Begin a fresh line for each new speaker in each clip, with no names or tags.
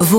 Vous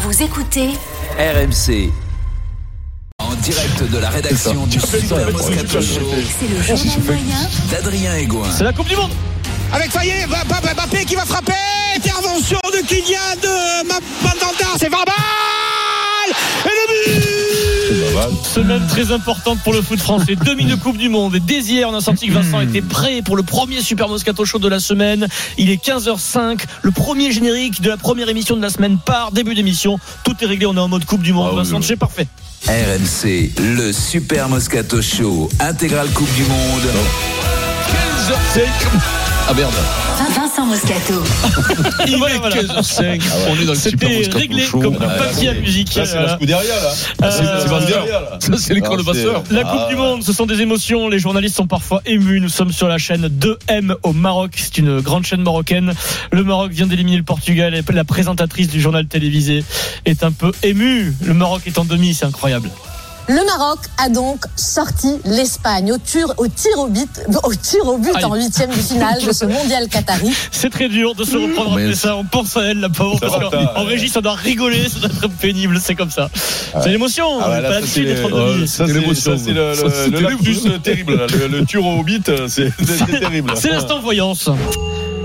Vous écoutez
RMC. En direct de la rédaction du Super Moscato Show
C'est le journal moyen
d'Adrien Egoin.
C'est la Coupe du Monde
Avec Fayet, va- va- va- Mbappé qui va frapper. Intervention de Kylian de Mandanda. C'est Verbal Et le but
Semaine très importante pour le foot français. Demi de Coupe du Monde. Et dès hier, on a senti que Vincent
Hmm.
était prêt pour le premier Super Moscato Show de la semaine. Il est 15h05. Le premier générique de la première émission de la semaine part. Début d'émission. Tout est réglé. On est en mode Coupe du
Ah
Monde. Vincent, c'est parfait.
RMC, le Super Moscato Show, intégrale Coupe du Monde.
Oh.
Ah merde,
Vincent Moscato.
Il voilà, voilà. Ah
on est dans le super
C'était
Moscato
réglé
Show.
comme
Ah,
un
là,
papier à musique.
Là, c'est
Voilà.
la Scuderia, là.
Euh,
Là, c'est- c'est pas
Scuderia.
Scuderia, là.
Ça, c'est les
Ah,
cornebasseurs.
c'est-
La Coupe du Monde, ce sont des émotions. Les journalistes sont parfois émus. Nous sommes sur la chaîne 2M au Maroc. C'est une grande chaîne marocaine. Le Maroc vient d'éliminer le Portugal et la présentatrice du journal télévisé est un peu émue. Le Maroc est en demi, c'est incroyable.
Le Maroc a donc sorti l'Espagne au tir au, tir au, but, au tir au but
Aïe.
en huitième de finale de ce mondial Qatari.
C'est très dur de se reprendre après
Mais-
ça. On pense à elle, la pauvre.
Ça
Parce
va,
qu'en-
t'as-
en régie, ça doit rigoler, ça doit être pénible. C'est comme ça. C'est l'émotion.
Ah,
on
ouais,
est
là,
pas
ça,
là-dessus
c'est-
d'être en
ouais,
demi.
ça,
C'est
c'est
l'émotion.
ça, c'est le,
Ça,
le-
c'est
le
terrible.
lapsus terrible, là. le, le tour au beat, c'est c'est terrible.
Ah, C'est l'instant voyance.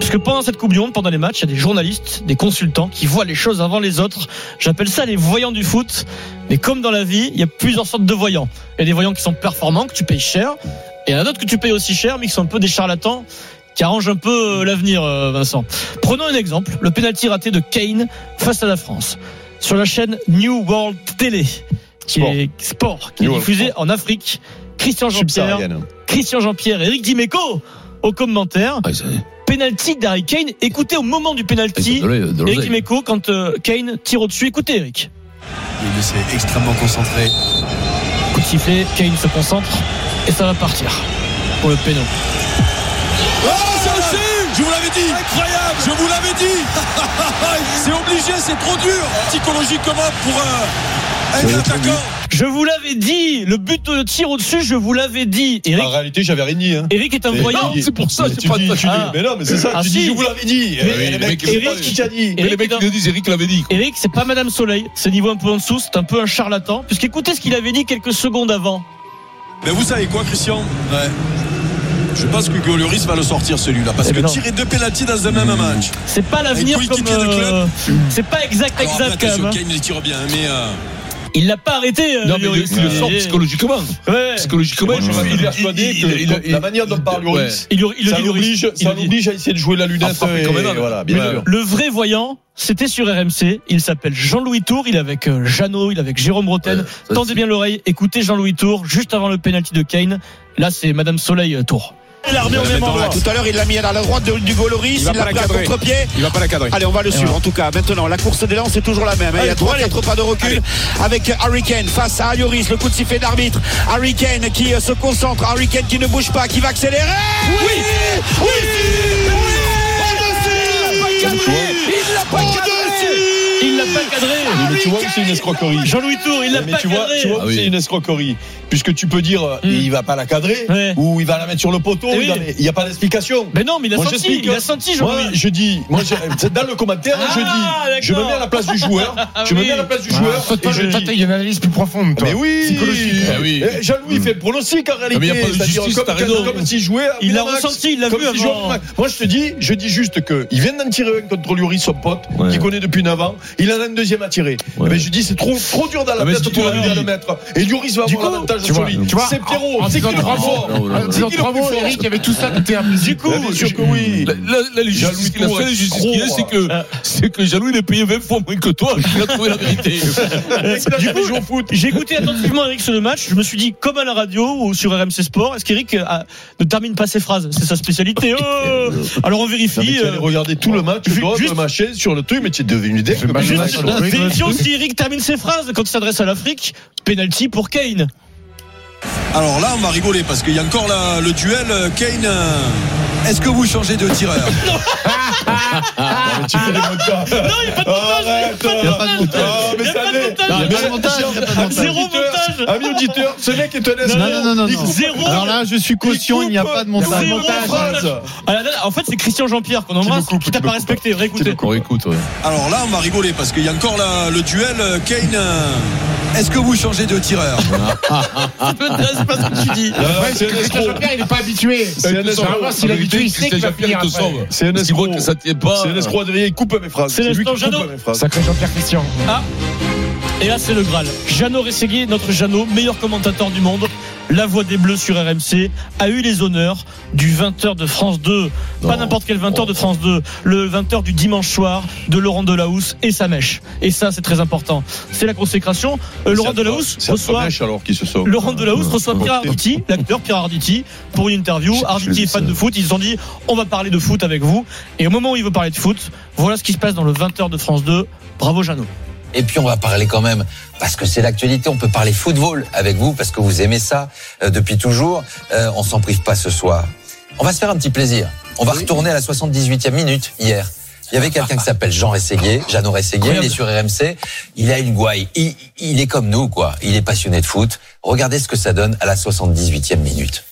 Parce que pendant cette Coupe du Monde, pendant les matchs, il y a des journalistes, des consultants qui voient les choses avant les autres. J'appelle ça les voyants du foot. Mais comme dans la vie, il y a plusieurs sortes de voyants. Il y a des voyants qui sont performants, que tu payes cher. Et il y en a d'autres que tu payes aussi cher, mais qui sont un peu des charlatans, qui arrangent un peu euh, l'avenir, euh, Vincent. Prenons un exemple, le pénalty raté de Kane face à la France. Sur la chaîne New World Télé, qui
Sport.
est sport, qui
New
est
World
diffusée en Afrique. Christian Jean-Pierre,
Subsaharienne.
Christian Jean-Pierre, Eric Dimeco au commentaire.
Ah, c'est-
Penalty d'Harry Kane. Écoutez au moment du
ils
penalty.
ont de l'œil- de
Eric
l'oseille.
Dimeco quand euh, Kane tire au-dessus. Écoutez Eric.
Il s'est extrêmement concentré.
Coup de sifflet, Kane se concentre et ça va partir pour le péno.
Oh, ça aussi Je vous l'avais dit Incroyable Je vous l'avais dit C'est obligé, c'est trop dur Psychologiquement pour euh, un attaquant
Je vous l'avais dit, le but de tir au-dessus, je vous l'avais dit.
En
Eric,
réalité, j'avais rien dit. Hein.
Eric est un
Et-
voyant.
Non,
c'est pour ça,
Ah. Mais
j'ai
tu
pas
dis-
de
tu dis-
Ah.
Mais non, mais c'est ça.
Ah,
tu
si.
dis, je vous l'avais dit.
Mais-
Euh,
oui,
le
le
mec,
mec,
il
Eric-
veut pas- qui t'a dit
Mais les
Eric
mecs,
est un-
ils nous disent Eric l'avait dit. quoi.
Eric, c'est pas Madame Soleil, c'est niveau un peu en dessous, c'est un peu un charlatan. Puisqu'écoutez ce qu'il avait dit quelques secondes avant.
Mais vous savez quoi, Christian Ouais. Je pense que Lloris va le sortir celui-là. Parce
Eh
que
ben non. Mmh.
tirer deux pénaltys dans un même match.
C'est pas l'avenir
Un
comme. euh,
coéquipier de club.
c'est pas exact,
Alors, après,
exact quand même.
attention,
hein.
Kane il tire bien, mais. euh,
Il l'a pas arrêté. euh,
Non, mais
Lloris.
il le sort
Il est-
psychologiquement.
Ouais.
Psychologiquement,
Moi, je suis persuadé que la manière dont parle Lloris,
Il, le- il le
ça
dit, Lloris.
l'oblige
Il
ça
le dit.
l'oblige à essayer de jouer la
À
lunette. euh,
frapper
et
comme un homme.
Voilà, Ah, bien
Mais
sûr.
Le vrai voyant, c'était sur RMC. Il s'appelle Jean-Louis Tour. Il est avec euh, Jeannot, il est avec Jérôme Roten. Tendez bien l'oreille, écoutez Jean-Louis Tour juste avant le pénalty de Kane. Là, c'est Madame Soleil euh, Tour.
l'armée au même endroit.
Tout à l'heure, il l'a mis à la droite de- du Goloris, il
va
l'a
pas la
pris à
cadrer.
contre-pied.
Il va pas la cadrer.
Allez, on va le suivre en tout cas. Maintenant, la course de lance c'est toujours la même. hein. Il y a
Allez,
trois,
allez.
quatre pas de recul avec Harry Kane face à Alioris, le coup de sifflet d'arbitre. Harry Kane qui euh, se concentre, Harry Kane qui ne bouge pas, qui va accélérer. Oui Oui Oui, Il l'a pas cadré Il l'a pas cadré
Il l'a pas cadré.
Ah, Mais tu vois où c'est une escroquerie
Jean-Louis Tour, il l'a
Mais
pas
tu vois,
cadré.
tu vois
Ah oui.
c'est une escroquerie. Puisque tu peux dire, euh,
Mm.
il va pas la cadrer,
Ouais.
ou il va la mettre sur le poteau,
Eh
il
oui.
va- mais il n'y a pas d'explication.
Mais non, mais il a
Moi,
senti,
j'explique.
il a senti
Moi,
Jean-Louis.
je dis, moi, je- c'est dans le commentaire,
Ah,
je dis, je me
d'accord.
mets à la place du joueur,
Ah
je me
oui.
mets à la place du joueur, et je dis,
une analyse plus profonde,
mais oui,
Ah oui. Ah,
Eh, Jean-Louis fait le pronostic en réalité.
mais il y a pas de
c'est-à-dire
justice,
comme-
t'as
comme-
raison.
Comme s'il jouait. à
Il l'a
Winamax.
ressenti, il l'a
Comme
vu
s'il jouait à
avant.
Winamax. Moi, je te dis, je dis juste que il vient d'en tirer un contre Lloris, son pote,
Ouais.
qui connaît depuis 9 ans. Il en a un deuxième à tirer.
Ouais.
Mais je dis, c'est trop, trop dur dans la
Ah, mais
tête
c'est
pour
tout
lui
à
de le mettre. Et Lloris va
Du
avoir
coup,
l'avantage
tu
sur
vois,
lui.
tu vois,
C'est Pierrot.
en
ah, C'est qui
disant
le plus
bravo,
fort
non, non, non.
C'est qui le plus
bravo,
fort
Eric, avec tout ça, t'es amusé.
Du coup,
Bien sûr que oui.
Là, là, là, les justices qu'il a fait, les justices
hein.
qu'il a, c'est que, Euh, c'est que Jaloux, il est payé 20 fois moins que toi, il a trouvé la vérité.
hein.
Du coup, j'ai écouté attentivement Eric sur le match. Je me suis dit, comme à la radio ou sur RMC Sport, est-ce qu'Eric euh, a- ne termine pas ses phrases C'est sa
Ah,
spécialité. Oh Alors on
Non, mais
vérifie.
tu allais
euh,
regarder tout le match, tu
ju-
dois
juste-
te mâcher sur le truc, mais tu es devenu dingue.
Je vais mâcher
Juste-
la
Attention, si Eric termine ses phrases quand il s'adresse à l'Afrique, penalty pour Kane.
Alors là, on va rigoler parce qu'il y a encore la- le duel euh, Kane. euh, Est-ce que vous changez de tireur
tu fais des montages.
Non, il n'y a pas de
Ah,
montage.
Il y a pas de montage.
Oh, mais
Il y a
ça
pas de
l'est.
montage. Il y
Non,
a
mais
pas de montage.
il y a pas de montage.
Zéro montage.
Ami auditeur, ce mec est honnête.
Non,
Non, non, non, non. non.
Zéro.
Alors là, je suis caution, il n'y a pas de montage.
Zéro montage. Ah là là, En fait, c'est Christian Jean-Pierre qu'on embrasse, qui t'a pas respecté. Réécoutez.
écoute, ouais.
Alors là, on va rigoler parce qu'il y a encore la- le duel euh, Kane. euh, Est-ce que vous changez de tireur
C'est pas ce que tu dis.
c'est Christian Jean-Pierre, il est pas habitué.
C'est un escroc.
Vraiment, s'il est
En vérité,
habitué, il sait
Christian
qu'il va
Jean-Pierre,
finir
il te
après.
sauve.
C'est un
Parce qu'il
escroc.
voit que
ça tient pas.
C'est un escroc, Adrien, il coupe à mes phrases.
C'est
C'est lui qui
l'instant
coupe
Jeannot.
à mes phrases.
Sacré Jean-Pierre Christian.
Ah Et là, c'est le Graal. Jeannot Rességuier, notre Jeannot, meilleur commentateur du monde, la voix des Bleus sur RMC, a eu les honneurs du 20h de France 2. Pas
Non.
n'importe quel 20h de
Oh.
France 2. Le 20h du dimanche soir de Laurent Delahousse et sa mèche. Et ça, c'est très important. C'est la consécration. Euh, Laurent
C'est à toi.
Delahousse
C'est à
reçoit.
Flamèche, alors qui se sauve.
Laurent
Euh,
Delahousse reçoit Pierre Arditi, l'acteur Pierre Arditi, pour une interview. Arditi est fan de foot. Ils se sont dit, on va parler de foot avec vous. Et au moment où il veut parler de foot, voilà ce qui se passe dans le 20h de France 2. Bravo, Jeannot.
Et puis on va parler quand même, parce que c'est l'actualité, on peut parler football avec vous, parce que vous aimez ça euh, depuis toujours. Euh, on s'en prive pas ce soir. On va se faire un petit plaisir. On va retourner à la 78e minute hier. Il y avait quelqu'un qui s'appelle Jean Rességuier, Jeannot Rességuier, il est sur RMC, il a une gouaille, il, il est comme nous quoi, il est passionné de foot. Regardez ce que ça donne à la 78e minute.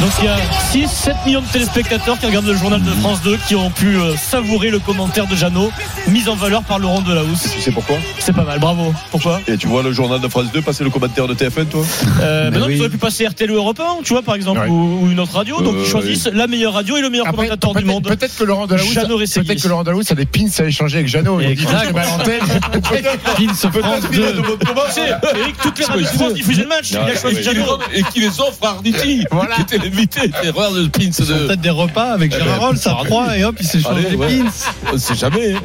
Donc il y a 6, 7 millions de téléspectateurs qui regardent le journal de France 2 qui ont pu euh, savourer le commentaire de Jeannot, mis en valeur par Laurent Delahousse.
Tu sais pourquoi
C'est pas mal, bravo. Pourquoi
Et tu vois le journal de France 2 passer le commentaire de TFN, toi
euh,
Mais
Maintenant,
oui.
tu aurais pu passer RTL ou Europe 1, tu vois, par exemple,
Ouais.
ou, ou une autre radio. Donc,
Euh,
ils choisissent la meilleure radio et le meilleur
Après,
commentateur du
peut-être-
monde.
Peut-être que Laurent Delahousse.
Jeannot Rességuier.
Peut-être que Laurent Delahousse a des pins à échanger avec Jeannot. Il a dit
Exact.
j'ai mal en tête.
Pins France
Peut-être qu'il a
2.
de bonnes
Tu
commentaires.
sais, Eric, toutes les radios de France diffusaient le match. Il a choisi
Et qui les
Jeannot.
offre- et qui les offre à Arditi,
Voilà.
qui était l'invité. Erreur de Pins de.
Peut-être des repas avec Gérard Rolls, ça proie, et hop, il s'est changé
Allez,
les
ouais.
pins.
On sait jamais. hein.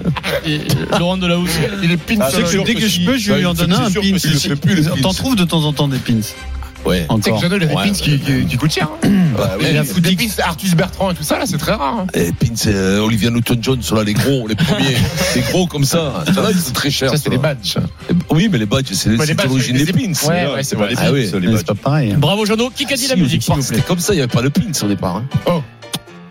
Et, euh, Laurent Delahousse.
Il est pins.
Ah, c'est
euh,
sûr
Dès que je peux, je lui en donne un, un
C'est sûr
pins.
que tu le fais plus, les pins.
T'en trouves de temps en temps des pins,
Ouais.
C'est que
encore.
Jeannot, il a des
Ouais,
pins qui- qui qui coûtent cher. hein.
Bah oui.
Il a des pins Artus Bertrand et tout ça, là, c'est très rare. hein.
Et Pins, euh, Olivia Newton-John, ceux-là, les gros, les premiers, les gros comme ça. Ceux-là, ils sont très chers.
Ça, c'est
ceux-là.
des badges.
Oui, mais les badges, c'est
Ouais, les
c'est
badges,
l'origine
les
des Pins.
Ouais, ouais, c'est pas les
Ah
pins,
oui.
ça, les
Mais
badges.
C'est pas pareil. hein.
Bravo, Jeannot. Qui a dit la
Si, au
musique
départ, C'était comme ça, il n'y avait pas le Pins au départ. hein.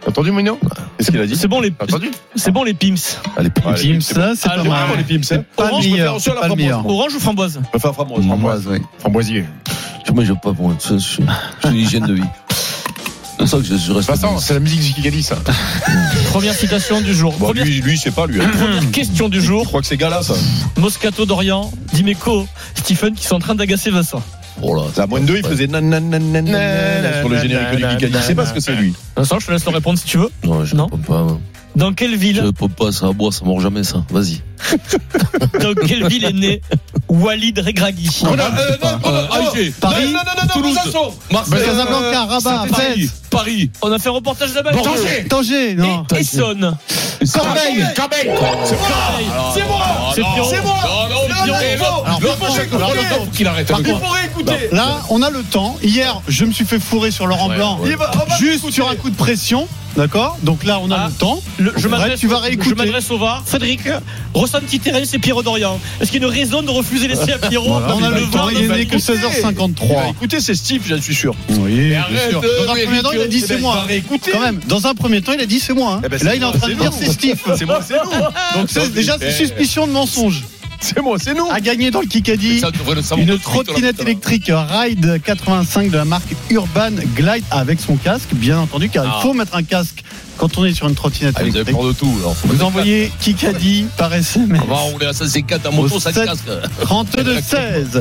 T'as entendu, Mouino
Qu'est-ce qu'il a dit
C'est bon, les,
T'as entendu
c'est bon, les Ah, pimps.
Ah, les pins.
Pins, ça, c'est pas
Alors,
mal.
les pins, hein.
Pas
Orange,
le
je
meilleur.
préfère en
Pas le meilleur.
Orange ou framboise
Je préfère framboise.
Framboise, oui.
Framboisier.
Tu vois, j'aime pas pour ça, je- j'ai une hygiène de vie. C'est ça que je, je reste.
Vincent, c'est la musique du Kikadi, ça.
Première citation du jour.
Bon,
Première
lui, lui, c'est pas lui. hein.
question du
Je
jour.
crois que c'est Gala, ça.
Moscato d'Orient, Dimeco, Stephen qui sont en train d'agacer Vincent.
Oh là,
La moine 2, il faisait nan nan nan nan nan nan sur le générique du Kikadi. Je sais pas ce que c'est lui.
Vincent, je te laisse le répondre si tu veux.
Non, je
Non.
ne pompe pas. moi.
Dans quelle
Je
ville,
ne pompe pas, ça va boire, ça mord jamais, ça. Vas-y.
dans quelle ville est né Walid Regragui
Euh, non, euh, Alger,
Paris,
non, non, non,
Toulouse,
Besançon, Marseille,
Casablanca, Rabat,
Paris,
Fès,
Paris,
On a fait un reportage là-bas.
Tanger, Tanger, non.
Et Essonne.
Corbeil.
Corbeil
C'est moi C'est Pierrot C'est moi
Non, non,
C'est Pierrot
Alors, par contre, alors,
non, faut qu'il arrête.
par contre,
Bah.
là, on a le temps. Hier, je me suis fait fourrer sur Laurent Blanc. Juste sur un coup de pression, d'accord Donc là, on a
Ah.
le temps.
Le- je
Bref,
m'adresse,
tu vas
je
réécouter.
m'adresse au VAR. Frédéric, ressent petit terrain, c'est Pierrot d'Orient. Est-ce qu'il y a une raison de refuser l'essai à Pierrot
Voilà, on a le temps.
VAR
Il est
ne
né que
valide
16h53.
Écoutez, c'est Steve, j'en suis sûr.
Oui, bien
arrête,
sûr.
euh,
Dans un
mais
premier temps, il a dit
Eric,
c'est
ben,
tu
moi.
vas réécouter.
Quand même, dans un premier temps, il a dit c'est moi. hein.
Eh ben, c'est
Là, il est en
moi,
train de
c'est
dire
nous.
c'est Steve.
C'est moi, c'est nous.
Donc c'est déjà c'est suspicion de mensonge.
C'est moi, c'est nous.
À gagner dans le Kikadi.
Ça, tu devrais le savoir tout
Une
de suite,
trottinette
là, putain.
électrique Ride 85 de la marque Urban Glide avec son casque, bien entendu, car il faut mettre un casque quand on est sur une trottinette
Ah, vous avez
électrique.
peur de tout, alors. faut
Vous
pas-
envoyez Kikadi par SMS
On va rouler à 154 à moto,
Au
ça te
sept.
casque.
32 16.